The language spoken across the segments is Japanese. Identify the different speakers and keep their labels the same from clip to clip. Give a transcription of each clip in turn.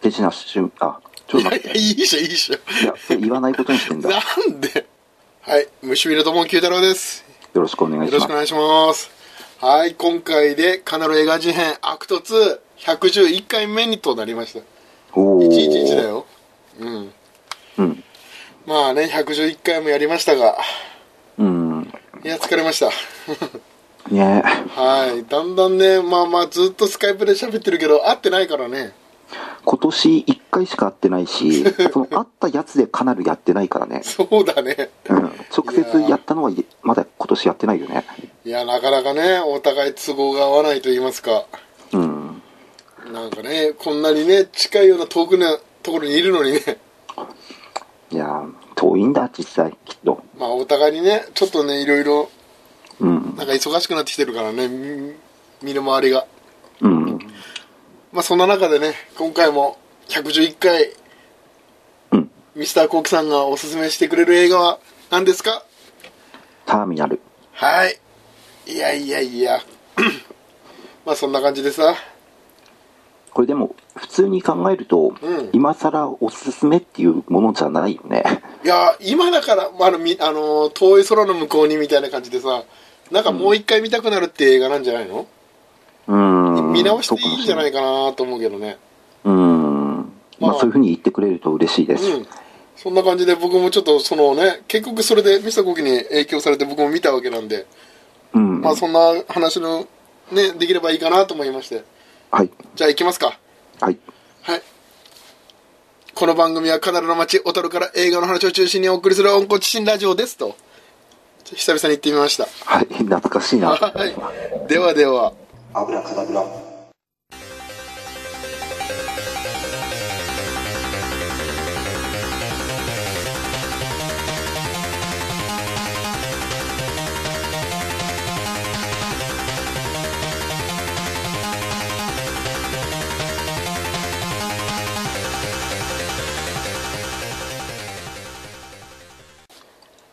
Speaker 1: 事な瞬あちょっと待っ
Speaker 2: いやいいじゃんいいじゃ
Speaker 1: ていやそれ言わないことにしてん
Speaker 2: ん
Speaker 1: だよ
Speaker 2: なんではい虫見るともん九太郎です
Speaker 1: ろしくお願い
Speaker 2: よ
Speaker 1: しま
Speaker 2: ろし
Speaker 1: す
Speaker 2: くお願いしますはい今回でカナロ映画事変アクト2111回目にとなりました
Speaker 1: おー
Speaker 2: 111だようん
Speaker 1: うん
Speaker 2: まあね111回もやりましたが
Speaker 1: うん
Speaker 2: いや疲れました
Speaker 1: ね
Speaker 2: はいだんだんねまあまあずっとスカイプで喋ってるけど会ってないからね
Speaker 1: 今年1回しか会ってない しその会ったやつでかなりやってないからね、
Speaker 2: そうだね
Speaker 1: うん、直接やったのはいまだ今年やってないよね
Speaker 2: いやなかなかねお互い都合が合わないと言いますか
Speaker 1: うん
Speaker 2: なんかねこんなにね近いような遠くなところにいるのにね
Speaker 1: いやー遠いんだ実際きっと
Speaker 2: まあお互いにねちょっとねいろいろ
Speaker 1: うん
Speaker 2: なんか忙しくなってきてるからねみ身の回りが
Speaker 1: うん
Speaker 2: まあそんな中でね今回も111回
Speaker 1: うん
Speaker 2: ミスターコウキさんがおすすめしてくれる映画は何ですか
Speaker 1: ターミナル
Speaker 2: はいいやいやいや まあそんな感じでさ
Speaker 1: これでも普通に考えると、
Speaker 2: うん
Speaker 1: 今更おすすめっていうものじゃないよね
Speaker 2: いや今だから、まああのみあの遠い空の向こうにみたいな感じでさなんかもう一回見たくなるって映画なんじゃないの、
Speaker 1: うん
Speaker 2: 見直していいんじゃないいかなと思うけどね
Speaker 1: うんまあ
Speaker 2: まあ
Speaker 1: そういうふうに言ってくれると嬉しいです、
Speaker 2: うんそんな感じで僕もちょっとそのね結局それでミスターコウキに影響されて僕も見たわけなんで、
Speaker 1: うん
Speaker 2: まあそんな話のねできればいいかなと思いまして
Speaker 1: はい
Speaker 2: じゃあ行きますか
Speaker 1: はい
Speaker 2: はいこの番組はカナダの街小樽から映画の話を中心にお送りする温故知新ラジオですとちょ久々に言ってみました
Speaker 1: はい懐かしいな
Speaker 2: はいではでは
Speaker 1: 油かたぶら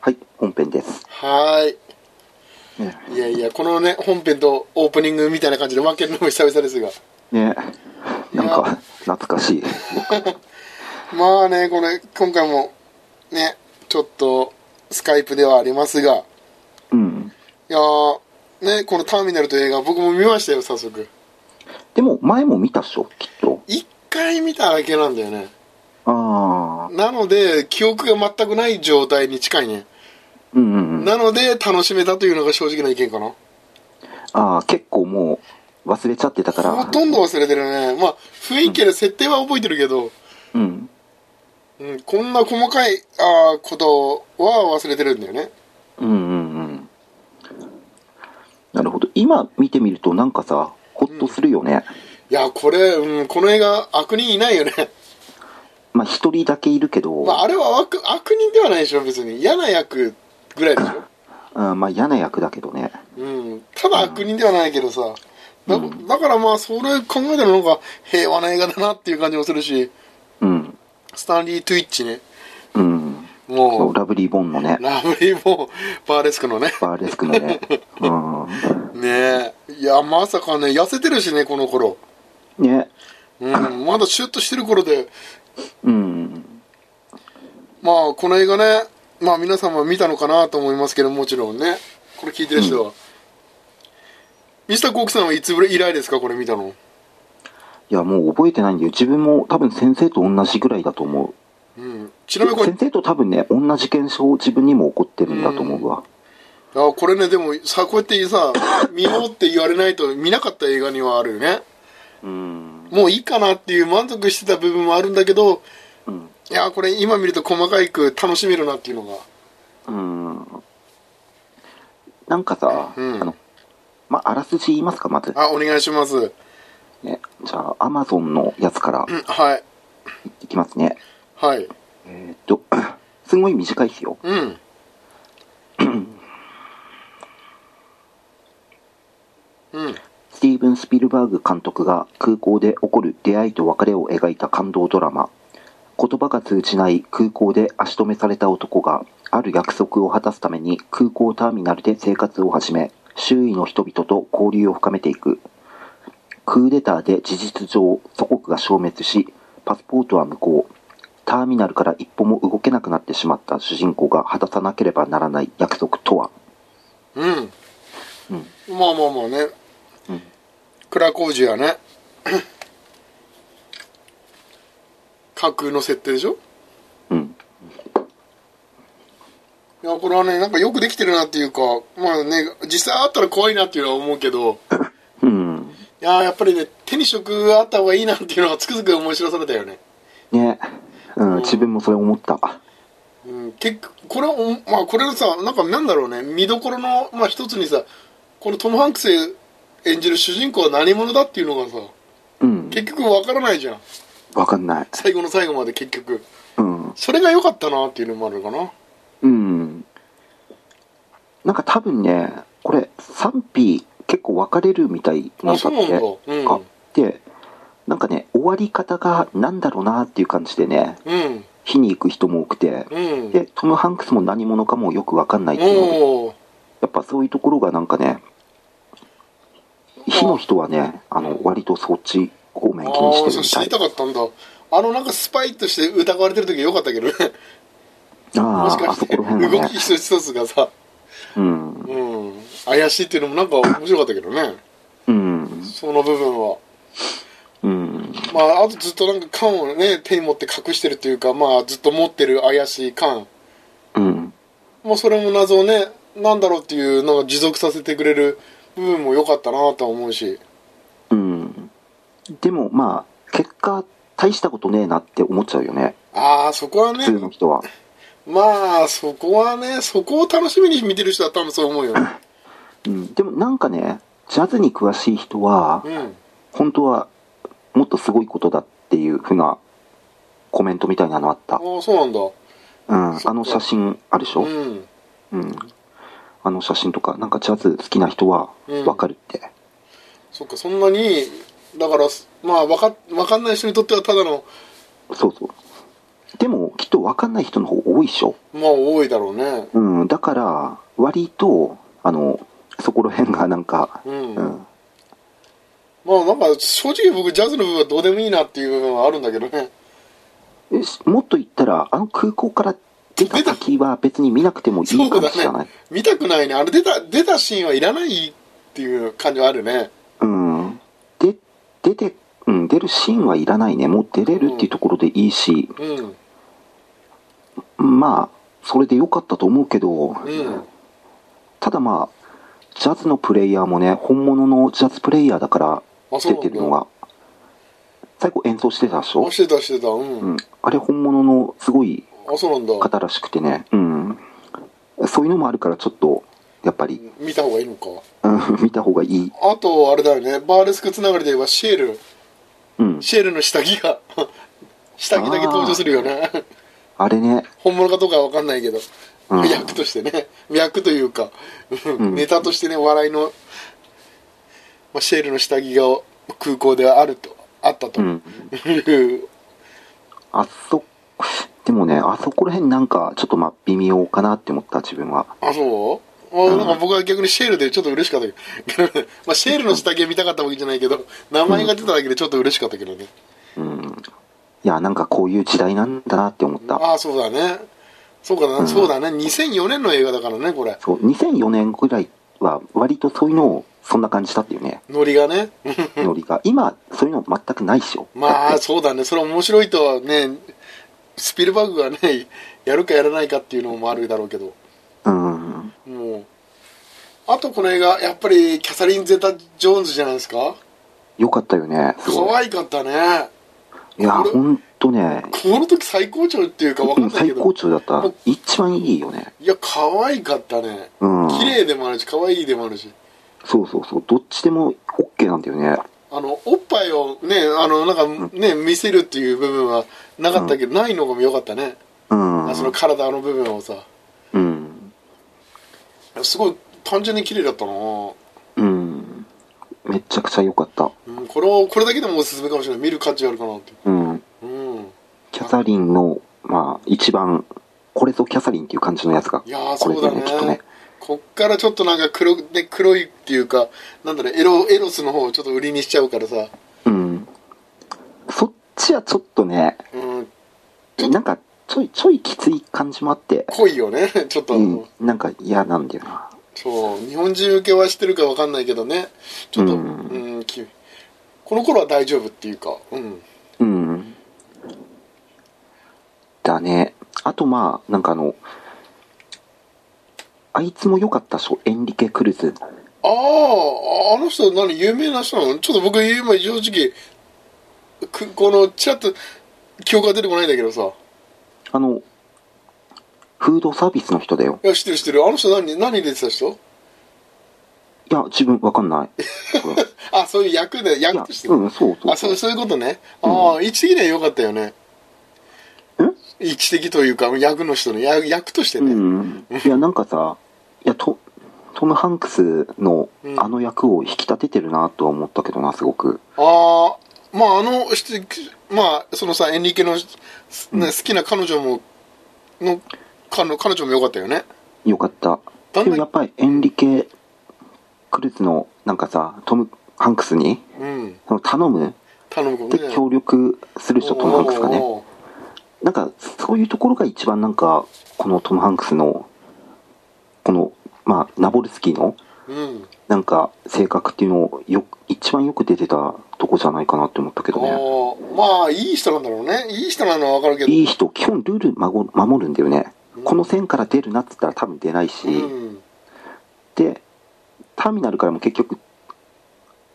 Speaker 1: はい本編です、
Speaker 2: はーい
Speaker 1: ね
Speaker 2: いやいやこのね本編とオープニングみたいな感じで分けるのも久々ですが
Speaker 1: ねなん
Speaker 2: い
Speaker 1: か懐かしい
Speaker 2: まあねこれ今回もねちょっとスカイプではありますが
Speaker 1: うん
Speaker 2: いやーねこの「ターミナル」という映画僕も見ましたよ早速
Speaker 1: でも前も見たっしょきっと
Speaker 2: 1回見ただけなんだよね
Speaker 1: ああ
Speaker 2: なので記憶が全くない状態に近いね
Speaker 1: うんうんうん
Speaker 2: なので楽しめたというのが正直な意見かな
Speaker 1: ああ結構もう忘れちゃってたから
Speaker 2: ほとんど忘れてるねまあ雰囲気や設定は覚えてるけど、
Speaker 1: うん
Speaker 2: うん、こんな細かいあーことは忘れてるんだよね
Speaker 1: うんうんうんなるほど今見てみるとなんかさホッとするよね、
Speaker 2: いやこれ、うん、この映画悪人いないよね
Speaker 1: まあ一人だけいるけど、
Speaker 2: まああれは悪悪人ではないでしょ別に嫌な役ぐらいでしょ
Speaker 1: うんまあ嫌な役だけどね
Speaker 2: うんただ悪人ではないけどさだだからまあそれ考えたらなんか平和な映画だなっていう感じもするし
Speaker 1: うん
Speaker 2: スタンリー・トゥイッチね
Speaker 1: うんそ
Speaker 2: も
Speaker 1: うラブリー・ボンのね
Speaker 2: うラブリーもバーレスクのね
Speaker 1: バーレスクのねう
Speaker 2: ねえいやまさかね痩せてるしねこの頃
Speaker 1: んね
Speaker 2: うんまだシュッとしてる頃で
Speaker 1: うん
Speaker 2: まあこの映画ねまあ皆さんは見たのかなと思いますけどもちろんねこれ聞いてる人は、ミスターコークさんはいつぶり以来ですかこれ見たの
Speaker 1: いやもう覚えてないんだよ自分も多分先生と同じぐらいだと思う
Speaker 2: うんちなみにこれ
Speaker 1: 先生と多分ね同じ現象を自分にも起こってるんだと思うわ
Speaker 2: あこれねでもさこうやって さ見ようって言われないと見なかった映画にはあるよね
Speaker 1: うん
Speaker 2: もういいかなっていう満足してた部分もあるんだけど
Speaker 1: うん
Speaker 2: いやこれ今見ると細かく楽しめるなっていうのが
Speaker 1: うんなんかさ、
Speaker 2: うん
Speaker 1: あのまああらすじ言いますかまず、
Speaker 2: あお願いしますうん
Speaker 1: ね、じゃあアマゾンのやつから
Speaker 2: はい
Speaker 1: いきますね、
Speaker 2: はい
Speaker 1: えーっと すごい短いですよ
Speaker 2: うんうん
Speaker 1: スティーブン・スピルバーグ監督が空港で起こる出会いと別れを描いた感動ドラマ言葉が通じない空港で足止めされた男がある約束を果たすために空港ターミナルで生活を始め周囲の人々と交流を深めていくクーデターで事実上祖国が消滅しパスポートは無効ターミナルから一歩も動けなくなってしまった主人公が果たさなければならない約束とは、
Speaker 2: うん
Speaker 1: うん、
Speaker 2: まあまあまあね
Speaker 1: うん
Speaker 2: 蔵小路やね 架空の設定でしょ
Speaker 1: うん
Speaker 2: いやこれはねなんかよくできてるなっていうかまあね実際あったら怖いなっていうのは思うけど
Speaker 1: うん
Speaker 2: いやーやっぱりね手に職があった方がいいなっていうのはつくづく思い知らされたよね、
Speaker 1: ねうん、自分もそれ思った
Speaker 2: うん、結構これはおまあこれのさなんかなんだろうね見どころの、まあ、一つにさこのトム・ハンクス演じる主人公は何者だっていうのがさ
Speaker 1: うん
Speaker 2: 結局わからないじゃん
Speaker 1: わかんない
Speaker 2: 最後の最後まで結局
Speaker 1: うん
Speaker 2: それが良かったなっていうのもあるかな
Speaker 1: うんなんか多分ねこれ賛否結構分かれるみたいなん
Speaker 2: あ
Speaker 1: だ
Speaker 2: そ
Speaker 1: っ
Speaker 2: うなんだ
Speaker 1: て
Speaker 2: うん
Speaker 1: あでなんかね終わり方がなんだろうなっていう感じでね
Speaker 2: うん
Speaker 1: 火に行く人も多くて
Speaker 2: うん
Speaker 1: でトム・ハンクスも何者かもよく分かんないっていうので
Speaker 2: おお
Speaker 1: やっぱそういうところがなんかね火の人はねあの割とそっち方面気に
Speaker 2: あ
Speaker 1: し
Speaker 2: あ
Speaker 1: てる
Speaker 2: そう
Speaker 1: み
Speaker 2: 知
Speaker 1: たい
Speaker 2: りたかったんだあのなんかスパイとして疑われてる時良かったけどねも
Speaker 1: あ
Speaker 2: し
Speaker 1: あ
Speaker 2: か
Speaker 1: あ
Speaker 2: し
Speaker 1: そ
Speaker 2: て
Speaker 1: こら辺は
Speaker 2: 動
Speaker 1: ね
Speaker 2: き一つ一つがさ
Speaker 1: うん
Speaker 2: うん怪しいっていうのもなんか面白かったけどね
Speaker 1: うん
Speaker 2: その部分は
Speaker 1: うん
Speaker 2: まああとずっとなんか缶をね手に持って隠してるというかまあずっと持ってる怪しい缶
Speaker 1: うん
Speaker 2: もうそれも謎をねなんだろうっていうのを持続させてくれる部分も良かったなとは思うし
Speaker 1: うんでもまあ結果大したことねえなって思っちゃうよね
Speaker 2: ああそこはね
Speaker 1: 普通の人は
Speaker 2: まあそこはねそこを楽しみに見てる人は多分そう思うよね
Speaker 1: うんでもなんかねジャズに詳しい人は
Speaker 2: うん
Speaker 1: 本当はもっとすごいことだっていうふうなコメントみたいなのあった、
Speaker 2: ああそうなんだ
Speaker 1: うん、あの写真あるでしょ
Speaker 2: うん
Speaker 1: うん、あの写真とかなんかジャズ好きな人は
Speaker 2: うん
Speaker 1: わかるって、
Speaker 2: そっかそんなにだからまあわかわかんない人にとってはただの
Speaker 1: そうそうでもきっとわかんない人の方多いでしょ、
Speaker 2: まあ多いだろうね
Speaker 1: うん、だから割とあのそこら辺がなんか、
Speaker 2: うん
Speaker 1: うん、
Speaker 2: まあなんか正直僕ジャズの部分はどうでもいいなっていう部分はあるんだけどね
Speaker 1: えしもっと言ったらあの空港から出た先は別に見なくてもい
Speaker 2: そ
Speaker 1: いう感
Speaker 2: だ
Speaker 1: じじゃない
Speaker 2: ね見たくないねあれ出た出たシーンはいらないっていう感じはあるね
Speaker 1: うんで出て、うん、出るシーンはいらないねもう出れるっていうところでいいし、
Speaker 2: うん
Speaker 1: まあそれで良かったと思うけど、
Speaker 2: うん
Speaker 1: ただまあジャズのプレイヤーもね本物のジャズプレイヤーだから
Speaker 2: あ
Speaker 1: 出
Speaker 2: そうなんだ
Speaker 1: てるのが最後演奏してたでしょ
Speaker 2: あ、してたしてたう
Speaker 1: うんん、あれ本物のすごい
Speaker 2: あそうなんだ
Speaker 1: 方らしくてねうんそういうのもあるからちょっとやっぱり、
Speaker 2: 見た方がいいのか
Speaker 1: うん、見た方がいい
Speaker 2: あとあれだよねバーレスクつながりで言えばシェール
Speaker 1: うん
Speaker 2: シェールの下着が 下着だけ登場するよね
Speaker 1: あれね
Speaker 2: 本物かどうかは分かんないけ
Speaker 1: う
Speaker 2: ど、
Speaker 1: ん
Speaker 2: 役としてね役というか、
Speaker 1: ん
Speaker 2: ネタとしてね笑いの、まあ、シェールの下着が空港であるとあったと
Speaker 1: う
Speaker 2: い
Speaker 1: ん
Speaker 2: う、
Speaker 1: あそでもねあそこら辺なんかちょっとまあ微妙かなって思った自分は
Speaker 2: あそう、まあ、なんか僕は逆にシェールでちょっと嬉しかったけど まあシェールの下着は見たかったわけじゃないけど名前が出ただけでちょっと嬉しかったけどね、
Speaker 1: うんいやなんかこういう時代なんだなって思った
Speaker 2: ああそうだねそうかな、
Speaker 1: うん
Speaker 2: そうだね2004年の映画だからねこれ
Speaker 1: そう2004年ぐらいは割とそういうのをそんな感じだっていうね
Speaker 2: ノリがね
Speaker 1: ノリが今そういうの全くないっしょ
Speaker 2: ま
Speaker 1: だ
Speaker 2: あ
Speaker 1: って
Speaker 2: そうだねそれ面白いとはねスピルバーグがねやるかやらないかっていうのもあるだろうけど
Speaker 1: うん
Speaker 2: もうあとこの映画やっぱりキャサリン・ゼタ・ジョーンズじゃないですか
Speaker 1: よかったよねすごい
Speaker 2: 可愛かったね
Speaker 1: いや
Speaker 2: これ
Speaker 1: ほんとね
Speaker 2: この時最高潮っていうかわか
Speaker 1: うんん
Speaker 2: ない
Speaker 1: 最
Speaker 2: け
Speaker 1: 高
Speaker 2: ど
Speaker 1: 潮だった
Speaker 2: うん
Speaker 1: 一番いいよね
Speaker 2: いや可愛かったね
Speaker 1: うん
Speaker 2: 綺麗でもあるし可愛いでもあるし
Speaker 1: そうそうそうどっちでも OK なんだよね
Speaker 2: あのおっぱいをねあのなんかね見せるっていう部分はなかったけど、ないのが良かったね、
Speaker 1: うん
Speaker 2: あその体の部分をさ
Speaker 1: うん
Speaker 2: すごい単純に綺麗だったな、う
Speaker 1: うんめちゃくちゃ良かった
Speaker 2: ん、これをこれだけでもおすすめかもしれない見る価値あるかなって
Speaker 1: うん
Speaker 2: うん
Speaker 1: キャサリンのまあ一番これぞキャサリンっていう感じのやつが
Speaker 2: いやー
Speaker 1: これ
Speaker 2: そう
Speaker 1: だ
Speaker 2: だ
Speaker 1: よね
Speaker 2: ね
Speaker 1: きっとね
Speaker 2: こっからちょっとなんか黒,、ね、黒いっていうかなんだろうエロエロスの方をちょっと売りにしちゃうからさ
Speaker 1: うんそっちはちょっとね、
Speaker 2: うん、
Speaker 1: なんか、ちょい、ちょいきつい感じもあって、
Speaker 2: 濃いよね ちょっと、
Speaker 1: うん、なんか嫌なんだよな。
Speaker 2: そう日本人受けはしてるかわかんないけどねちょっと、う
Speaker 1: うんん
Speaker 2: きこの頃は大丈夫っていうかうん
Speaker 1: うん。だね。あとまあ、なんかあの、あいつも良かったっしょ、エンリケ・クルズ。
Speaker 2: あああの人何有名な人なのちょっと僕今正直くこのちらっと記憶が出てこないんだけどさ
Speaker 1: あの、フードサービスの人だよ。
Speaker 2: いや知ってる知ってるあの人何何出てた人
Speaker 1: いや、自分わかんない。それい
Speaker 2: あそういう役で役
Speaker 1: や
Speaker 2: として、、
Speaker 1: うん、そうそう
Speaker 2: あそうそういうことねああ、一時的には良かったよね一時的というか役の人の役役として
Speaker 1: う
Speaker 2: ね、
Speaker 1: ん。いや、なんかさ、いや、トトム・ハンクスの
Speaker 2: うん
Speaker 1: あの役を引き立ててるなとは思ったけどな、すごく。
Speaker 2: ああまああのしてまあそのさエンリケの、ね、好きな彼女もの彼女彼女も良かったよね
Speaker 1: よかった。
Speaker 2: だんだん
Speaker 1: でもやっぱりエンリケ・クルズのなんかさ、トム・ハンクスに
Speaker 2: うん
Speaker 1: その頼む
Speaker 2: 頼むこと
Speaker 1: で
Speaker 2: ね
Speaker 1: 協力する人、トム・ハンクスがね。
Speaker 2: おー
Speaker 1: なんか、そういうところが一番なんか、このトム・ハンクスの、この、まあ、ナボルスキーの、
Speaker 2: うん
Speaker 1: なんか、性格っていうのをよく、一番よく出てたとこじゃないかなって思ったけどね。
Speaker 2: おーまあいい人なんだろうねいい人なのは分かるけど
Speaker 1: いい人、基本ルール守る守るんだよね。この線から出るなっつったら多分出ないし、
Speaker 2: うん
Speaker 1: で、ターミナルからも結局、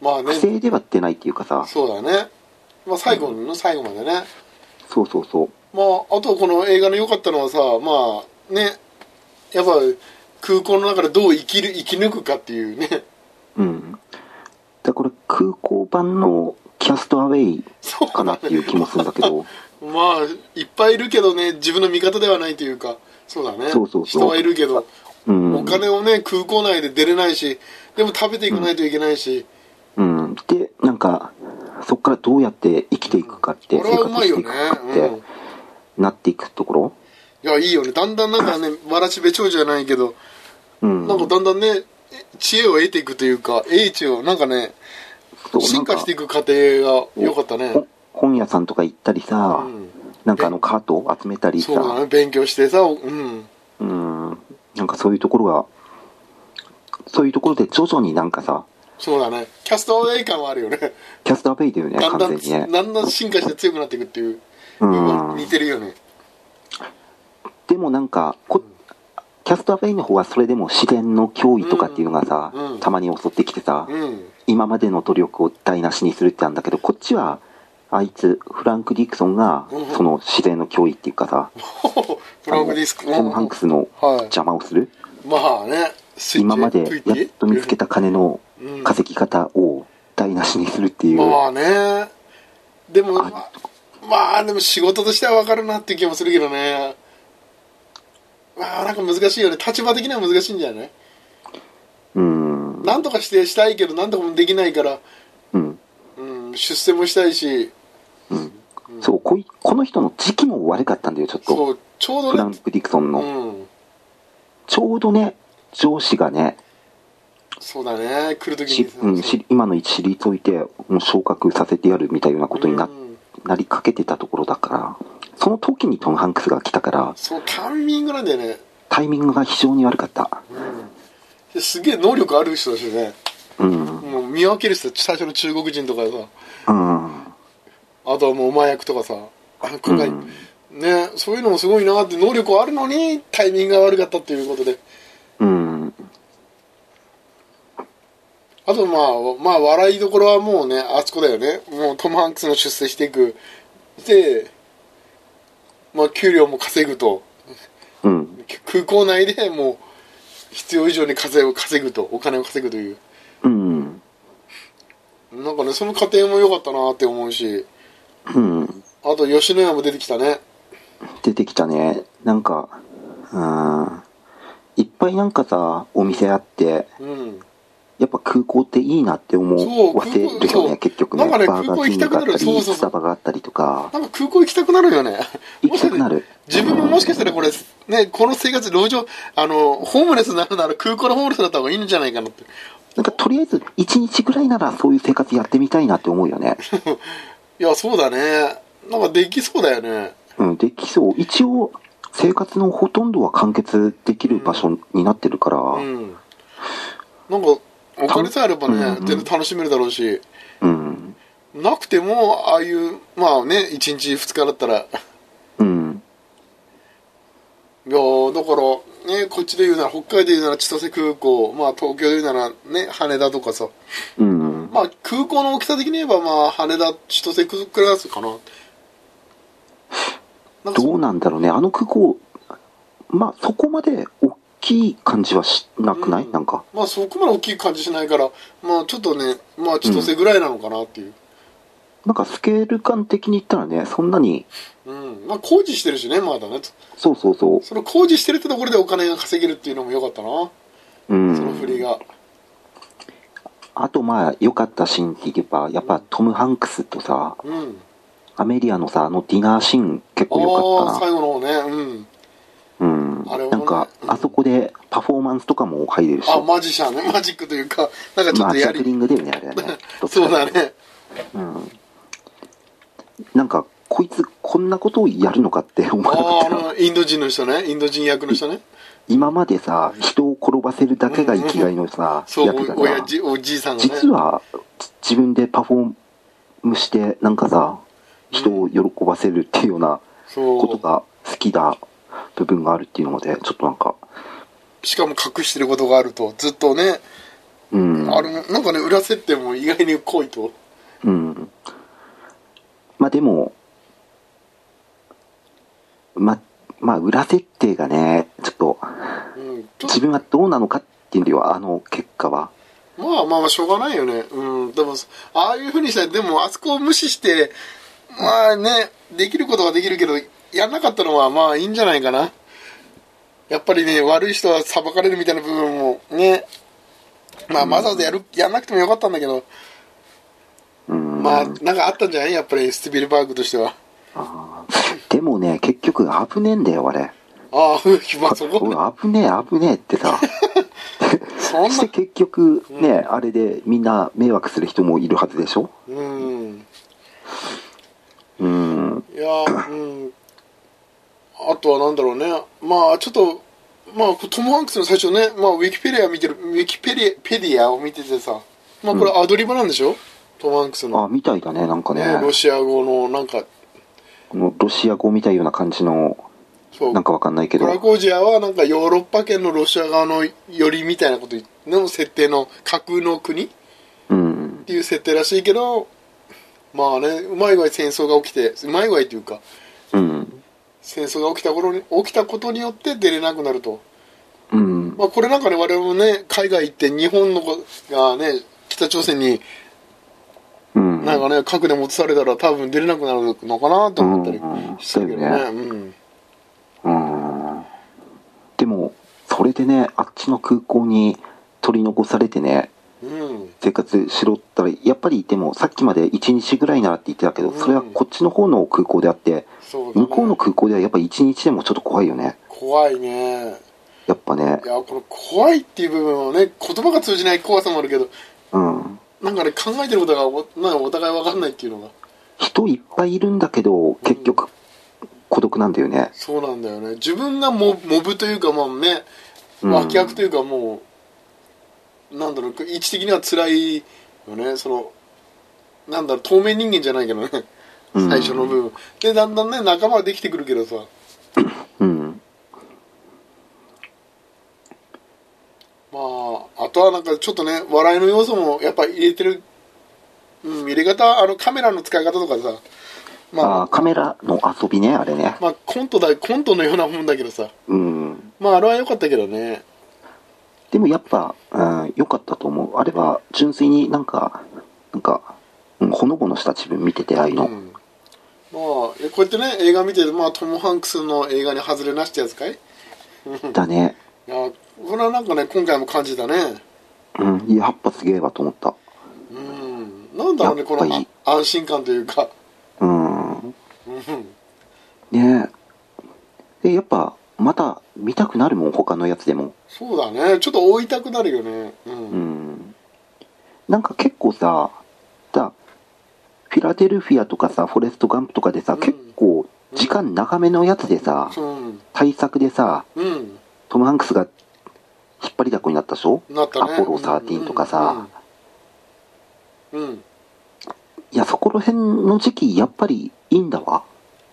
Speaker 2: まあ
Speaker 1: 不
Speaker 2: ね
Speaker 1: 正では出ないっていうかさ、
Speaker 2: そうだねまあ最後の最後までね
Speaker 1: そうそうそう。
Speaker 2: まああとこの映画の良かったのはさまあねやっぱ空港の中でどう生きる生き抜くかっていうね
Speaker 1: うん。だからこれ空港版のキャストアウェイ
Speaker 2: そう
Speaker 1: かなっていう気もするんだけど、
Speaker 2: まあいっぱいいるけどね自分の味方ではないというかそうだね
Speaker 1: そうそうそう
Speaker 2: 人はいるけど、
Speaker 1: うん。
Speaker 2: お金をね空港内で出れないしでも食べていかないといけないし、
Speaker 1: うん。で、なんか、そこからどうやって生きていくかって、
Speaker 2: これは
Speaker 1: 生
Speaker 2: うま
Speaker 1: 活
Speaker 2: い
Speaker 1: して
Speaker 2: よ
Speaker 1: い
Speaker 2: ね
Speaker 1: くかっ
Speaker 2: うん
Speaker 1: て、なっていくところ
Speaker 2: いやいいよねだんだんなんかねわらしべ長じゃないけど、
Speaker 1: うん。
Speaker 2: なんかだんだんね知恵を得ていくというか英知をなんかね
Speaker 1: そう
Speaker 2: 進化してい
Speaker 1: なん
Speaker 2: く過程が良かったね
Speaker 1: ほ本屋さんとか行ったりさ、
Speaker 2: うん
Speaker 1: なんかあのカートを集めたり
Speaker 2: そうだ
Speaker 1: さ、
Speaker 2: ね勉強してさうん
Speaker 1: うん。なんかそういうところが、そういうところで徐々になんかさ、
Speaker 2: そうだねキャストアウェイ感はあるよね
Speaker 1: キャストアウェイだよね、
Speaker 2: だ
Speaker 1: 完
Speaker 2: んだ
Speaker 1: 全
Speaker 2: ん
Speaker 1: にね。
Speaker 2: だんだん進化して強くなっていくっていう、
Speaker 1: うん
Speaker 2: 似てるよね
Speaker 1: でもなんかこキャストアウェイの方はそれでも自然の脅威とかっていうのがさ、
Speaker 2: うんうん
Speaker 1: たまに襲ってきてさ、
Speaker 2: うん
Speaker 1: 今までの努力を台無しにするってなんだけどこっちはあいつフランク・ディクソンが
Speaker 2: うん
Speaker 1: その自然の脅威っていうかさ、
Speaker 2: ブランクディスク
Speaker 1: あのトム・ハンクスの
Speaker 2: はい
Speaker 1: 邪魔をする、
Speaker 2: まあねスイッチ
Speaker 1: 今までやっと見つけた金の
Speaker 2: うん
Speaker 1: 稼ぎ方を台無しにするっていう、
Speaker 2: まあねでもまあ
Speaker 1: あ
Speaker 2: まあでも仕事としては分かるなっていう気もするけどねまあなんか難しいよね立場的には難しいんじゃない
Speaker 1: うん
Speaker 2: なんとかしてしたいけどなんとかもできないから、
Speaker 1: うん
Speaker 2: うん、出世もしたいし
Speaker 1: そうこいこの人の時期も悪かったんだよちょっと
Speaker 2: そうちょう
Speaker 1: フラ
Speaker 2: ど
Speaker 1: ン
Speaker 2: ね
Speaker 1: ク・ディクソン
Speaker 2: う
Speaker 1: の、
Speaker 2: ん
Speaker 1: ちょうどね上司がね
Speaker 2: そうだね来る時
Speaker 1: し
Speaker 2: にさ
Speaker 1: うん、し今の位置退いてもう昇格させてやるみたいなことにな,、
Speaker 2: うん
Speaker 1: なりかけてたところだからその時にトム・ハンクスが来たから
Speaker 2: そうタイミングなんだよね
Speaker 1: タイミングが非常に悪かった
Speaker 2: ですげえ能力ある人だしね
Speaker 1: うん
Speaker 2: もう見分ける人最初の中国人とかさ
Speaker 1: うん
Speaker 2: あとはもう麻薬とかさあの今回、
Speaker 1: うん
Speaker 2: ねそういうのもすごいなって能力あるのにタイミングが悪かったっていうことで
Speaker 1: うん
Speaker 2: あとまあまあ笑いどころはもうねあそこだよねもうトム・ハンクスの出世していくでまあ給料も稼ぐと
Speaker 1: うん
Speaker 2: 空港内でもう必要以上に稼ぐ稼ぐとお金を稼ぐという
Speaker 1: うん
Speaker 2: なんかねその過程も良かったなって思うし
Speaker 1: うん
Speaker 2: あと吉野家も出てきたね
Speaker 1: 出てきたねなんかうんいっぱいなんかさお店あって
Speaker 2: うん
Speaker 1: やっぱ空港っていいなって
Speaker 2: そう
Speaker 1: 思わせる
Speaker 2: 空港
Speaker 1: よ
Speaker 2: そう
Speaker 1: ね結局
Speaker 2: な
Speaker 1: ね
Speaker 2: んかね
Speaker 1: バーガーキングがあった
Speaker 2: 空港行きたくなるそう
Speaker 1: り
Speaker 2: そうそう
Speaker 1: スタバがあったりとか
Speaker 2: なんか空港行きたくなるよね
Speaker 1: 行きたくなる
Speaker 2: 自分ももしかしたらこれ、ね、この生活、路上、あの、ホームレスになるなら空港のホームレスだった方がいいんじゃないかなって。
Speaker 1: なんかとりあえず1日ぐらいならそういう生活やってみたいなって思うよね。
Speaker 2: いや、そうだね。なんかできそうだよね
Speaker 1: うん、できそう。一応、生活のほとんどは完結できる場所になってるから、
Speaker 2: う
Speaker 1: うん。
Speaker 2: んなんかお金さえあれば
Speaker 1: うん
Speaker 2: ね
Speaker 1: うん
Speaker 2: 全然楽しめるだろうしなくてもああいうまあね1日2日だったら
Speaker 1: うん。
Speaker 2: いやーだからねこっちで言うなら北海道で言うなら千歳空港まあ東京で言うならね羽田とかさ
Speaker 1: うん。
Speaker 2: まあ空港の大きさ的に言えばまあ羽田千歳空港クラスかななんかそ
Speaker 1: どうなんだろうね。あの空港、まあ、そこまで大きい感じはしなくない、
Speaker 2: うん
Speaker 1: なんか。
Speaker 2: まあそこまで大きい感じしないからまあちょっとねまあ千歳ぐらいなのかなっていう
Speaker 1: なんかスケール感的に言ったらね、そんなに、
Speaker 2: うん、まあ工事してるしねまだね
Speaker 1: そうそうそ
Speaker 2: その工事してるってところでお金が稼げるっていうのも良かったな、
Speaker 1: う。う
Speaker 2: その振り
Speaker 1: ん。
Speaker 2: が
Speaker 1: あとまあ、良かったシーンって言えば、やっぱトム・ハンクスとさ、
Speaker 2: うん
Speaker 1: アメリアのさ、あのディナーシーン結構良
Speaker 2: ああ
Speaker 1: かった
Speaker 2: 最
Speaker 1: な。
Speaker 2: 後の方ねうん
Speaker 1: うん。
Speaker 2: あれはね
Speaker 1: なんか、
Speaker 2: うん
Speaker 1: あそこでパフォーマンスとかも入れるし。
Speaker 2: あマジシャンねマジックというかなんかちょ
Speaker 1: ま
Speaker 2: っ
Speaker 1: あ、
Speaker 2: と
Speaker 1: ジ
Speaker 2: や
Speaker 1: ャグリ
Speaker 2: り、
Speaker 1: ングだよね、あ れはね。
Speaker 2: そうだね
Speaker 1: うん。なんか、こいつ、こんなことをやるのかって思
Speaker 2: あ
Speaker 1: わな
Speaker 2: あ
Speaker 1: かった。
Speaker 2: のインド人の人ねインド人役の人ね
Speaker 1: 今までさ、人を転ばせるだけが生きがいのさ、
Speaker 2: そう
Speaker 1: 役だ
Speaker 2: お親
Speaker 1: な。
Speaker 2: 父おじいさんがね
Speaker 1: 実は、じ自分でパフォームして、なんかさ、人を喜ばせるっていうような
Speaker 2: そ
Speaker 1: こと
Speaker 2: う
Speaker 1: が好きな部分があるっていうので、ちょっとなんか、
Speaker 2: しかも隠してることがあるとずっとね、
Speaker 1: うん。
Speaker 2: あれもなんかね裏設定も意外に濃いと
Speaker 1: うん。まあでも、ま、まあ裏設定がね、ちょっと、
Speaker 2: うんちょっ
Speaker 1: 自分はどうなのかっていうよりは、あの結果は。
Speaker 2: とまあまあまあしょうがないよねうんでもああいうふうにしたらでもあそこを無視してまあねできることはできるけどやんなかったのはまあいいんじゃないかなやっぱりね悪い人は裁かれるみたいな部分もねまあわざわざやるやんなくてもよかったんだけど
Speaker 1: うん。
Speaker 2: まあなんかあったんじゃないやっぱりスティビルバーグとしては
Speaker 1: あーでもね、結局危ねえんだよ、あれ。
Speaker 2: ああまあそこ
Speaker 1: 俺危ねえ、危ねえって さ。
Speaker 2: そん
Speaker 1: そして
Speaker 2: な
Speaker 1: 結局、ね、あれでみんな迷惑する人もいるはずでしょ
Speaker 2: うん
Speaker 1: うん。
Speaker 2: いやーうんあとはなんだろうねまあちょっとまあトム・ハンクスの最初ね、まあ、ウィキペディア見てるウィキペディペディアを見ててさまあこれアドリブなんでしょ、トム・ハンクスの、
Speaker 1: あ、みたいだね、なんかね。
Speaker 2: ね、ロシア語のなんか
Speaker 1: このロシア語みたいような感じの、
Speaker 2: そう
Speaker 1: なんかわかんないけ
Speaker 2: クラ
Speaker 1: ど。
Speaker 2: コージアはなんかヨーロッパ圏のロシア側の寄りみたいなことの設定の架空の国っ
Speaker 1: うん。
Speaker 2: ていう設定らしいけどまあねうまい具合に戦争が起きてうまい具合というか
Speaker 1: うん。
Speaker 2: 戦争が起きた頃に起きたことによって出れなくなると。
Speaker 1: うん。
Speaker 2: まあ、これなんかね我々もね海外行って日本の子がね北朝鮮に
Speaker 1: うん。
Speaker 2: なんかね核でも落とされたら多分出れなくなるのかなと思ったり
Speaker 1: うん
Speaker 2: したけどね,、
Speaker 1: そうよ
Speaker 2: うん、
Speaker 1: うんでもそれでねあっちの空港に取り残されてね
Speaker 2: うん、
Speaker 1: 生活しろったらやっぱりでもさっきまで1日ぐらいならって言ってたけど
Speaker 2: うん
Speaker 1: それはこっちの方の空港であって
Speaker 2: そうだね
Speaker 1: 向こうの空港ではやっぱ1日でもちょっと怖いよね
Speaker 2: 怖いね
Speaker 1: やっぱね
Speaker 2: いやこの怖いっていう部分はね言葉が通じない怖さもあるけど
Speaker 1: うん
Speaker 2: なんかね考えてることがおなんかお互い分かんないっていうのが
Speaker 1: 人いっぱいいるんだけど結局孤独なんだよね
Speaker 2: そうなんだよね自分がモモブというかまあね
Speaker 1: うん
Speaker 2: 脇役というかもうなんだろう位置的には辛いよねそのなんだろう透明人間じゃないけどね
Speaker 1: うん
Speaker 2: 最初の部分でだんだんね仲間ができてくるけどさ
Speaker 1: うん
Speaker 2: まああとはなんかちょっとね笑いの要素もやっぱ入れてる、うん、入れ方あのカメラの使い方とかさまあ
Speaker 1: あーカメラの遊びねあれね
Speaker 2: まあコントだコントのようなもんだけどさ
Speaker 1: うん
Speaker 2: まああれは良かったけどね
Speaker 1: でもやっぱ、うん、良かったと思う。あれは純粋になんか、なんか、うんほのぼのした自分見てて、ああいう
Speaker 2: う
Speaker 1: の。
Speaker 2: んまあえこうやってね映画見てて、まあ、トム・ハンクスの映画に外れなしってやつかい
Speaker 1: だね。
Speaker 2: いやこれはなんかね今回も感じたね
Speaker 1: うん、いややっぱすげえわと思った。
Speaker 2: うんなんだろうねこ
Speaker 1: やっぱ
Speaker 2: の
Speaker 1: り
Speaker 2: あ安心感というか
Speaker 1: うん。
Speaker 2: うん
Speaker 1: ねえ。で、やっぱ、また見たくなるもん、他のやつでも。
Speaker 2: そうだねちょっと追いたくなるよねうん、
Speaker 1: うん。なんか結構さ、だフィラデルフィアとかさ、フォレストガンプとかでさ、
Speaker 2: ん
Speaker 1: 結構、時間長めのやつでさ、
Speaker 2: うん
Speaker 1: 対策でさ、
Speaker 2: うん
Speaker 1: トム・ハンクスが引っ張りだこになったでしょ
Speaker 2: なったね
Speaker 1: アポロ13とかさ、
Speaker 2: うんうんうんうん
Speaker 1: いや、そこら辺の時期、やっぱりいいんだわ。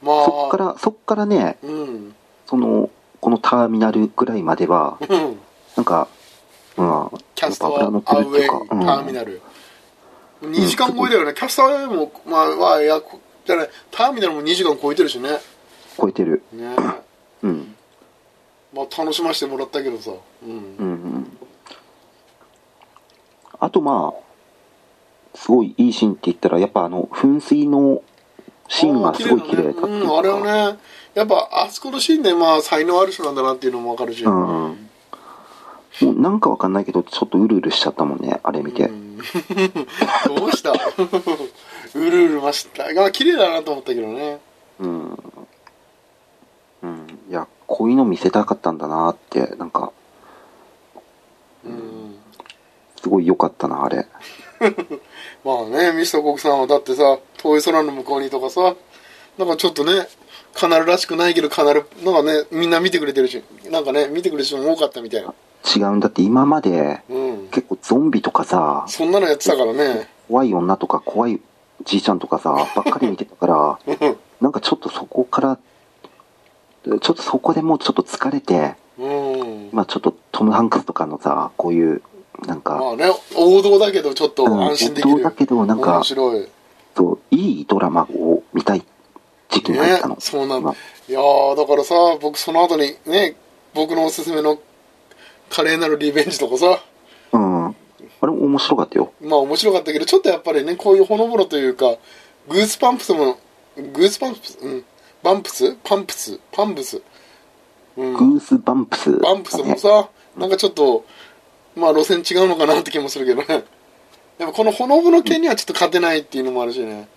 Speaker 2: まあ
Speaker 1: そっから、そっからね、
Speaker 2: うん
Speaker 1: その、このターミナルぐらいまでは、
Speaker 2: うん
Speaker 1: なんか、うん、
Speaker 2: キャスト
Speaker 1: や
Speaker 2: ア
Speaker 1: っぱ油
Speaker 2: ウ
Speaker 1: 乗
Speaker 2: ェイ
Speaker 1: ってるっていうか、
Speaker 2: タ
Speaker 1: うん
Speaker 2: ーミナル2時間超えだよねキャストアウェイもまあまあいやこじゃないターミナルも2時間超えてるしね
Speaker 1: 超えてる。
Speaker 2: ね
Speaker 1: うん。
Speaker 2: まあ楽しませてもらったけどさうん
Speaker 1: うんうん。あとまあ、すごいいいシーンって言ったら、やっぱあの、噴水のシーンがすごい綺麗だっていうか。
Speaker 2: うん、あれはねやっぱあそこのシーンでまあ才能ある人なんだなっていうのもわかるし、
Speaker 1: うんうん。もうなんかわかんないけど、ちょっとうるうるしちゃったもんね、あれ見て。
Speaker 2: どうした うるうるましたが綺麗だなと思ったけどね
Speaker 1: うん。うん。いや、こういうの見せたかったんだなって、なんか、
Speaker 2: うん
Speaker 1: すごい良かったな、あれ。
Speaker 2: まあねミスターコクさんはだってさ遠い空の向こうにとかさなんかちょっとねカナルらしくないけどカナルなんかねみんな見てくれてるしなんかね見てくれる人も多かったみたいな
Speaker 1: 違うんだって今まで、
Speaker 2: うん
Speaker 1: 結構ゾンビとかさ、
Speaker 2: そんなのやってたからね
Speaker 1: 怖い女とか怖いじいちゃんとかさ、ばっかり見てたから、 なんかちょっとそこから、ちょっとそこでもうちょっと疲れて、
Speaker 2: うん
Speaker 1: 今ちょっとトム・ハンクスとかのさ、こういう、なん
Speaker 2: ま
Speaker 1: か、
Speaker 2: あね王道だけどちょっと
Speaker 1: うん
Speaker 2: 安心できる、
Speaker 1: 王道だけどなんか
Speaker 2: 面白い
Speaker 1: そういいドラマを見たい時期に入っ
Speaker 2: ね
Speaker 1: たの。、
Speaker 2: そうなんだ
Speaker 1: 今
Speaker 2: いやーだからさ僕その後にね僕のおすすめの「華麗なるリベンジ」とかさ
Speaker 1: うん。あれも面白かったよ。
Speaker 2: まあ面白かったけどちょっとやっぱりねこういうほのぼのというかグースパンプスもグースパンプスうんバンプスパンプスパンプスうん
Speaker 1: グース・バンプス、
Speaker 2: バンプスもさなんかちょっとまあ路線違うのかなって気もするけどねやっぱこのほのぼの系にはちょっと勝てないっていうのもあるしね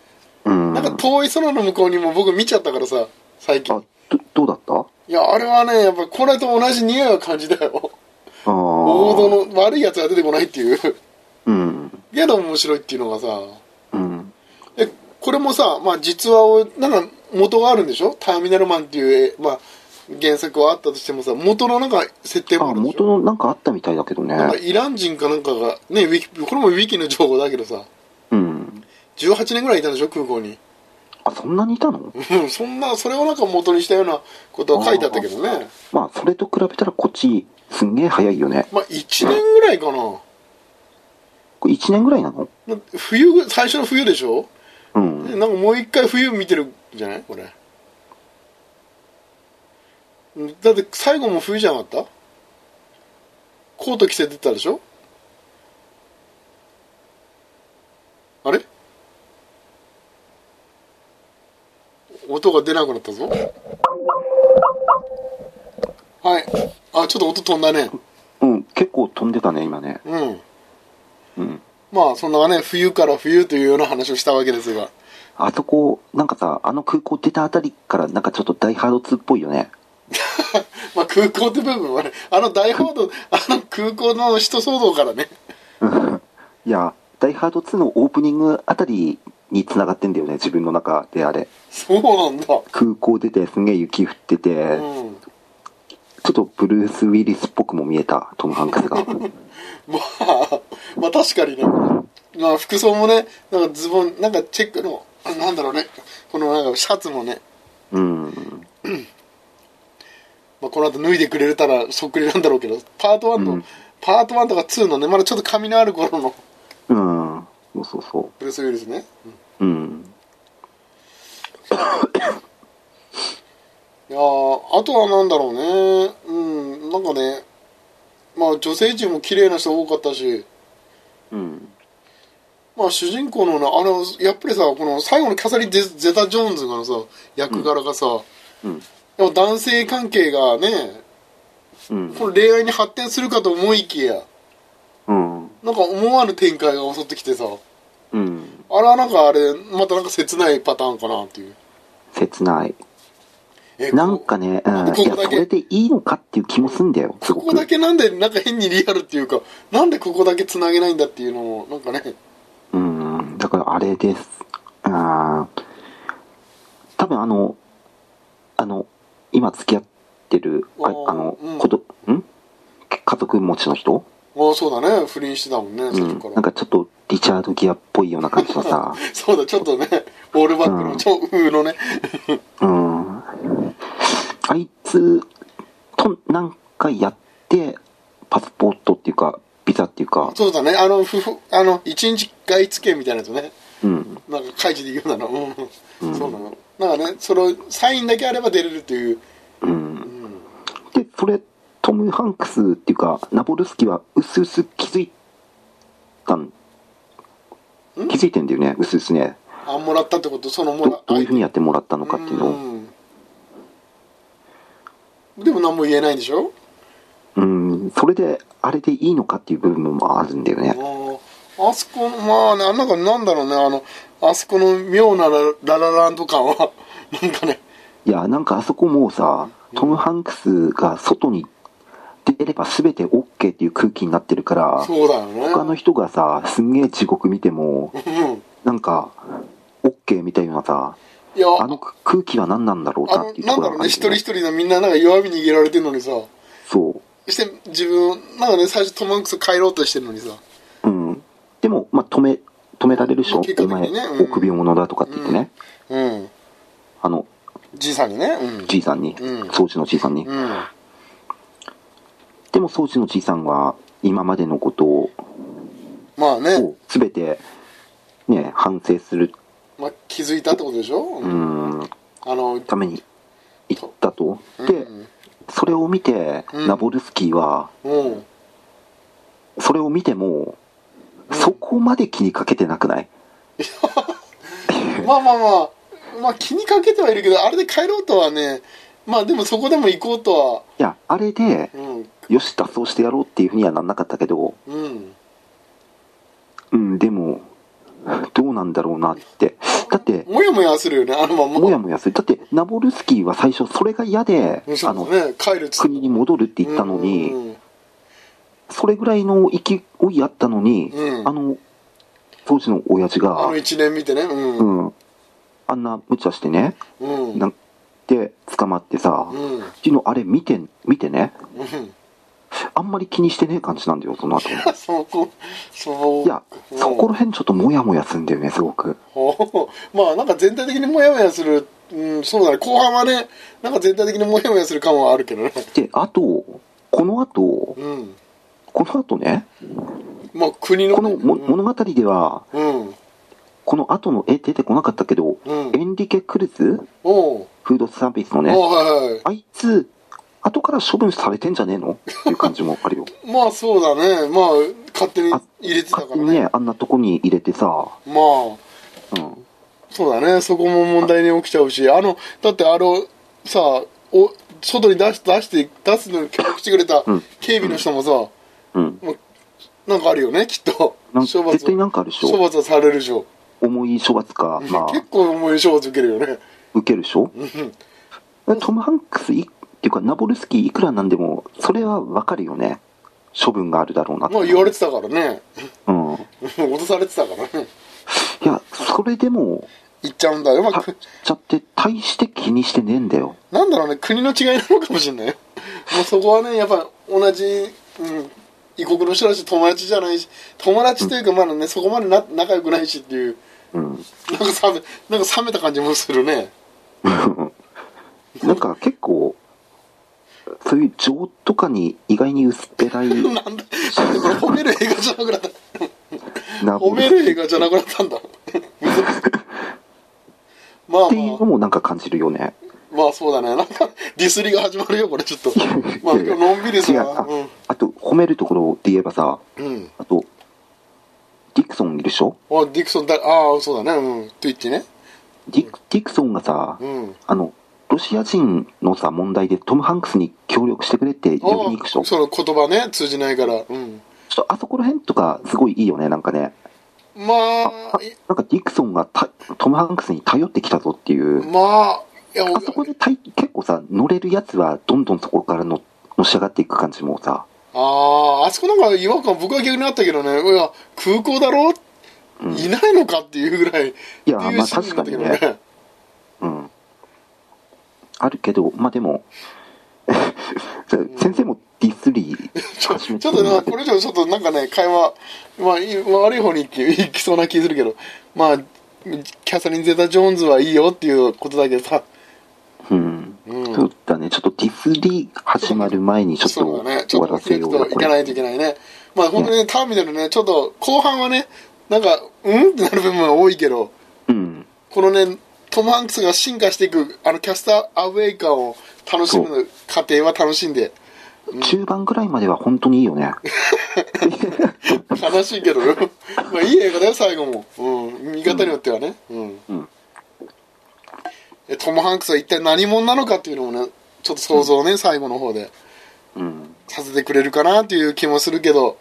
Speaker 1: うん。
Speaker 2: なんか遠い空の向こうにも僕見ちゃったからさ最近
Speaker 1: あど、どうだったあ
Speaker 2: いや、あれはね、やっぱこれと同じ匂いを感じたよ。
Speaker 1: あ。
Speaker 2: 王道の悪いやつが出てこないっていう。
Speaker 1: うん。
Speaker 2: けど面白いっていうのがさ。
Speaker 1: うん。
Speaker 2: え、これもさ、まあ実話を、なんか元があるんでしょターミナルマンっていう、えまあ原作はあったとしてもさ、元のなんか設定
Speaker 1: あ、
Speaker 2: もあるでし
Speaker 1: 元
Speaker 2: ょ
Speaker 1: のなんかあったみたいだけど
Speaker 2: なんか
Speaker 1: ね。
Speaker 2: イラン人かなんかが、ね、ウィキ、これもウィキの情報だけどさ、
Speaker 1: うん。
Speaker 2: 18年ぐらいいたんでしょ空港に。
Speaker 1: あ、そんなにいたの
Speaker 2: うん、そんな、それをなんか元にしたようなことは書いてあったけどね。
Speaker 1: まあ、それと比べたらこっち、すんげえ早いよね。
Speaker 2: まあ1年ぐらいかな。
Speaker 1: これ1年ぐらいなの
Speaker 2: ま冬ぐ、最初の冬でしょ
Speaker 1: うん。
Speaker 2: なんかもう一回冬見てるんじゃないこれうんだって最後も冬じゃなかったコート着せてたでしょあれ音が出なくなったぞはいあちょっと音飛んだね
Speaker 1: うん、結構飛んでたね、今ね。
Speaker 2: うん
Speaker 1: うん。
Speaker 2: まあそんなね冬から冬というような話をしたわけですが
Speaker 1: あそこ、なんかさ、あの空港出たあたりから、なんかちょっとダイハード2っぽいよね。
Speaker 2: まあ空港って部分はね、あの大報道、 あの空港の人騒動からね、
Speaker 1: いや、ダイハード2のオープニングあたりに繋がってんだよね、自分の中であれ。
Speaker 2: そうなんだ。
Speaker 1: 空港出て、すんげえ雪降ってて、
Speaker 2: うん。
Speaker 1: ちょっとブルース・ウィリスっぽくも見えた、トム・ハンクスが。
Speaker 2: まあ、まあ確かにね、まあ服装もね、なんかズボン、なんかチェックの、なんだろうね、このなんかシャツもね、
Speaker 1: うん。
Speaker 2: まあこの後脱いでくれたらそっくりなんだろうけど、パート1の、
Speaker 1: うん
Speaker 2: パート1とか2のね、まだちょっと髪のある頃の
Speaker 1: うん。そうそうそ
Speaker 2: ブルース・ウィルスね。うん
Speaker 1: う。うん。
Speaker 2: いやーあとはなんだろうね、うん、なんかね、まあ女性陣も綺麗な人多かったし、
Speaker 1: うん。
Speaker 2: まあ主人公のなあのやっぱりさこの最後のキャサリン・ゼゼタ・ジョーンズのさ役柄がさ、
Speaker 1: うん。
Speaker 2: でも男性関係がね
Speaker 1: うん。
Speaker 2: この恋愛に発展するかと思いきや
Speaker 1: うん。
Speaker 2: なんか思わぬ展開が襲ってきてさあ
Speaker 1: うん。
Speaker 2: れはなんかあれまたなんか切ないパターンかなっていう
Speaker 1: 切ない。
Speaker 2: え
Speaker 1: なんかね、うん、
Speaker 2: ここだけ
Speaker 1: いや、それでいいのかっていう気もすんだよ、す
Speaker 2: こ
Speaker 1: ご
Speaker 2: こ
Speaker 1: く。
Speaker 2: だけなんでなんか変にリアルっていうかなんでここだけつなげないんだっていうのもなんかね
Speaker 1: うん、だからあれです。あー多分あの、あの、今付き合ってる、あ
Speaker 2: おー
Speaker 1: あの、
Speaker 2: うん
Speaker 1: こと、ん家族持ちの人
Speaker 2: ああそうだね不倫してたもんね
Speaker 1: う
Speaker 2: 最
Speaker 1: ん
Speaker 2: 初か。ら、
Speaker 1: なんかちょっとリチャードギアっぽいような感じのさ。
Speaker 2: そうだちょっとねオールバック
Speaker 1: うん
Speaker 2: の超風のね
Speaker 1: うん。あいつと何回やって、パスポートっていうか、ビザっていうか、
Speaker 2: そうだねあの夫婦あの一日外出券みたいなやつね
Speaker 1: うん。
Speaker 2: なんか開示できるんだなうん、
Speaker 1: うん
Speaker 2: そうなのなんかねそのサインだけあれば出れるっていう
Speaker 1: うん。
Speaker 2: うん
Speaker 1: で、それ、トム・ハンクスっていうか、ナボルスキはうすうす気づいたん、気づいてんだよね、うすうすね。
Speaker 2: あもらったってことそのもら
Speaker 1: どどういうふうにやってもらったのかっていうのを。
Speaker 2: うんでも何も言えないんでしょ
Speaker 1: うん、それで、あれでいいのかっていう部分もあるんだよね。
Speaker 2: ああそこのまあなんかなんだろうねあのあそこの妙なラララランド感は なんかね
Speaker 1: いや、なんかあそこもうさ、トム・ハンクスが外に出れば全て OK っていう空気になってるから、
Speaker 2: そうだよね
Speaker 1: 他の人がさ、すんげえ地獄見ても、
Speaker 2: うん
Speaker 1: なんか、OK みたいなさ、
Speaker 2: いや
Speaker 1: あの空気は何なんだろう
Speaker 2: あ
Speaker 1: なっ
Speaker 2: の
Speaker 1: ていう
Speaker 2: な
Speaker 1: とこ
Speaker 2: んだ
Speaker 1: ろ
Speaker 2: ろう
Speaker 1: が
Speaker 2: ね
Speaker 1: あ
Speaker 2: 一
Speaker 1: る
Speaker 2: 人
Speaker 1: よ
Speaker 2: 一人のみんななんか弱み握られてるのにさ
Speaker 1: そ
Speaker 2: そして自分なんかね最初トム・ハンクス帰ろうとしてるのにさ
Speaker 1: う。うん。でも、まあ、止め、止められるでしょ、
Speaker 2: まあ結
Speaker 1: お
Speaker 2: 果
Speaker 1: 前、
Speaker 2: 的にねうん
Speaker 1: 臆病者だとかって言ってね、
Speaker 2: うん
Speaker 1: あの、
Speaker 2: じいさんにねうん
Speaker 1: じいさんに、
Speaker 2: うん
Speaker 1: 掃除のじいさんに。
Speaker 2: うんあ
Speaker 1: でも、掃除のじいさんは、今までのことを、
Speaker 2: まあね、
Speaker 1: 全て、ね、反省する
Speaker 2: まあ、気づいたってことでしょ、
Speaker 1: うーん
Speaker 2: あの
Speaker 1: ために行ったと、
Speaker 2: うん
Speaker 1: でそれを見て、
Speaker 2: うん
Speaker 1: ナボルスキーは
Speaker 2: うん
Speaker 1: それを見ても、
Speaker 2: うん
Speaker 1: そこまで気にかけてなくない
Speaker 2: まあまあまあまあ気にかけてはいるけどあれで帰ろうとはねまあでもそこでも行こうとはい
Speaker 1: やあれで
Speaker 2: うん
Speaker 1: よし脱走してやろうっていうふうにはなんなかったけど
Speaker 2: うん
Speaker 1: うんでもどうなんだろうなってだって
Speaker 2: もやもやするよねあのまんま
Speaker 1: もやもやするだってナボルスキーは最初それが嫌で、
Speaker 2: そ
Speaker 1: あ
Speaker 2: う
Speaker 1: の
Speaker 2: だね帰るっつ
Speaker 1: 国に戻るって言ったのに、
Speaker 2: うん
Speaker 1: それぐらいの勢いあったのに、
Speaker 2: うん
Speaker 1: あの当時の親父
Speaker 2: あ
Speaker 1: が
Speaker 2: の一年見てねうんうん
Speaker 1: うん、あんな無茶してね
Speaker 2: うん
Speaker 1: なんで捕まってさ、
Speaker 2: う
Speaker 1: っ
Speaker 2: ん
Speaker 1: ていうのあれ見て見てね
Speaker 2: うん
Speaker 1: あんまり気にしてねえ感じなんだよその後い
Speaker 2: そこそうい
Speaker 1: やそこら辺ちょっとモヤモヤするんだよねすごく
Speaker 2: まあなんか全体的にもやもやするうんそうだね後半はねなんか全体的にもやもやする感はあるけどね
Speaker 1: であとこの後
Speaker 2: うん
Speaker 1: この後ね
Speaker 2: まあ国の
Speaker 1: このも物語では
Speaker 2: うん
Speaker 1: この後の絵出てこなかったけど、
Speaker 2: うん
Speaker 1: エンリケ・クルズ
Speaker 2: おう
Speaker 1: フードサービスの
Speaker 2: あ
Speaker 1: ね
Speaker 2: はいはい
Speaker 1: あいつ後から処分されてんじゃねえのっていう感じもあ るよ
Speaker 2: まあそうだねまあ勝手に
Speaker 1: あ
Speaker 2: 入れてた
Speaker 1: 勝
Speaker 2: か
Speaker 1: 手
Speaker 2: ら
Speaker 1: に
Speaker 2: ね
Speaker 1: ねあんなとこに入れてさ、
Speaker 2: まあ
Speaker 1: うん、
Speaker 2: そうだねそこも問題に起きちゃうしあのだってあのさお外に出し出して出すのに協力してくれた
Speaker 1: うん
Speaker 2: 警備の人もさ、
Speaker 1: うん
Speaker 2: なんかあるよねきっと
Speaker 1: なん
Speaker 2: 処罰
Speaker 1: 絶対
Speaker 2: は
Speaker 1: なんかあるでし
Speaker 2: 処
Speaker 1: ょ
Speaker 2: 罰はされるでしょ、
Speaker 1: 重い処罰か、ま
Speaker 2: 結
Speaker 1: あ、
Speaker 2: 構重い処罰受けるよね
Speaker 1: 受けるでしょトム・ハンクスいっていうかナボルスキーいくらなんでもそれはわかるよね処分があるだろうなって
Speaker 2: まあ言われてたからね
Speaker 1: うん、い
Speaker 2: 脅されてたからね
Speaker 1: やそれでも
Speaker 2: 行っちゃうんだよ、まあ、
Speaker 1: 買っ
Speaker 2: く
Speaker 1: ちゃって大して気にしてねえんだよ
Speaker 2: なんだろうね国の違いなのかもしれないよもうそこはねやっぱ同じ、うん、異国の人だし友達じゃないし友達というかまだね、そこまでな仲良くないしっていう
Speaker 1: うん
Speaker 2: なんか冷めなんか冷めた感じもするね
Speaker 1: なんか結構そういう情とかに意外に薄っぺらい
Speaker 2: なんだなんでこれ褒める映画じゃなくなった
Speaker 1: ナ
Speaker 2: 褒
Speaker 1: ボル
Speaker 2: め
Speaker 1: スキーっ
Speaker 2: る映画じゃなくなったんだ まあ
Speaker 1: ていうの
Speaker 2: まあ
Speaker 1: もなんか感じるよね
Speaker 2: まあそうだねなんかディスりが始まるよこれちょっとまあ
Speaker 1: いやいや
Speaker 2: 今日のんびりす
Speaker 1: 違う
Speaker 2: る
Speaker 1: あ,、
Speaker 2: なうん
Speaker 1: あと褒めるところで言えばさ
Speaker 2: うん
Speaker 1: あとディクソンいるでしょ
Speaker 2: あディクソンだああそうだねうんトゥイッチね
Speaker 1: ディクディクソンがさ、
Speaker 2: うん
Speaker 1: あの、ロシア人のさ、問題でトム・ハンクスに協力してくれって呼びに行くでしょちょ
Speaker 2: その言葉ね通じないからうん
Speaker 1: っとあそこら辺とかすごいいいよね、なんかね。
Speaker 2: まあ
Speaker 1: あなんかディクソンがたトム・ハンクスに頼ってきたぞっていう。
Speaker 2: まあいや
Speaker 1: あそこでたい結構さ、乗れるやつはどんどんそこからののし上がっていく感じもさ、
Speaker 2: あああそこなんか違和感僕は逆にあったけどねいや空港だろ
Speaker 1: うん
Speaker 2: いないのかっていうぐらい
Speaker 1: いや
Speaker 2: ってう
Speaker 1: まあ
Speaker 2: シーンだったけど
Speaker 1: 確かうん。あるけど、まあでも、 先生もディスリ
Speaker 2: ちょ
Speaker 1: ー
Speaker 2: ちょっとなこれ以上ちょっとなんかね会話、まあ、いいまあ悪い方に行き行きそうな気するけどまあキャサリン・ゼータ・ジョーンズはいいよっていうことだけどさ
Speaker 1: うん、
Speaker 2: うん
Speaker 1: そうだね、ちょっとディスリー始まる前にちょっ
Speaker 2: そう
Speaker 1: と
Speaker 2: だねち
Speaker 1: 終
Speaker 2: ょ
Speaker 1: わ
Speaker 2: っと
Speaker 1: ら
Speaker 2: フレ
Speaker 1: せ
Speaker 2: ッ
Speaker 1: よ
Speaker 2: ク
Speaker 1: うよ、
Speaker 2: といかないといけないねまあ本当にねターミナルねちょっと後半はねなんかうんってなる部分は多いけど
Speaker 1: うん、
Speaker 2: このねトム・ハンクスが進化していくあのキャスターアウェイ感を楽しむ過程は楽しんで
Speaker 1: 中盤ぐらいまでは本当にいいよね。
Speaker 2: 悲しいけど まあいい映画だよ最後も、うん、見方によってはね、うん
Speaker 1: うん
Speaker 2: えトム・ハンクスは一体何者なのかっていうのもねちょっと想像をね、最後の方で
Speaker 1: うん、
Speaker 2: させてくれるかなっていう気もするけど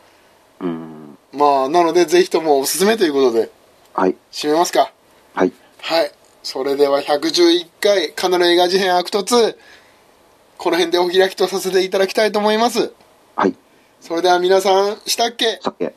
Speaker 1: うん、
Speaker 2: まあなのでぜひともおすすめということで
Speaker 1: はい、
Speaker 2: 締めますか
Speaker 1: はい、
Speaker 2: はいそれでは111回カナの映画事変アクト2この辺でお開きとさせていただきたいと思います
Speaker 1: はい、
Speaker 2: それでは皆さんしたっけ
Speaker 1: さっけ。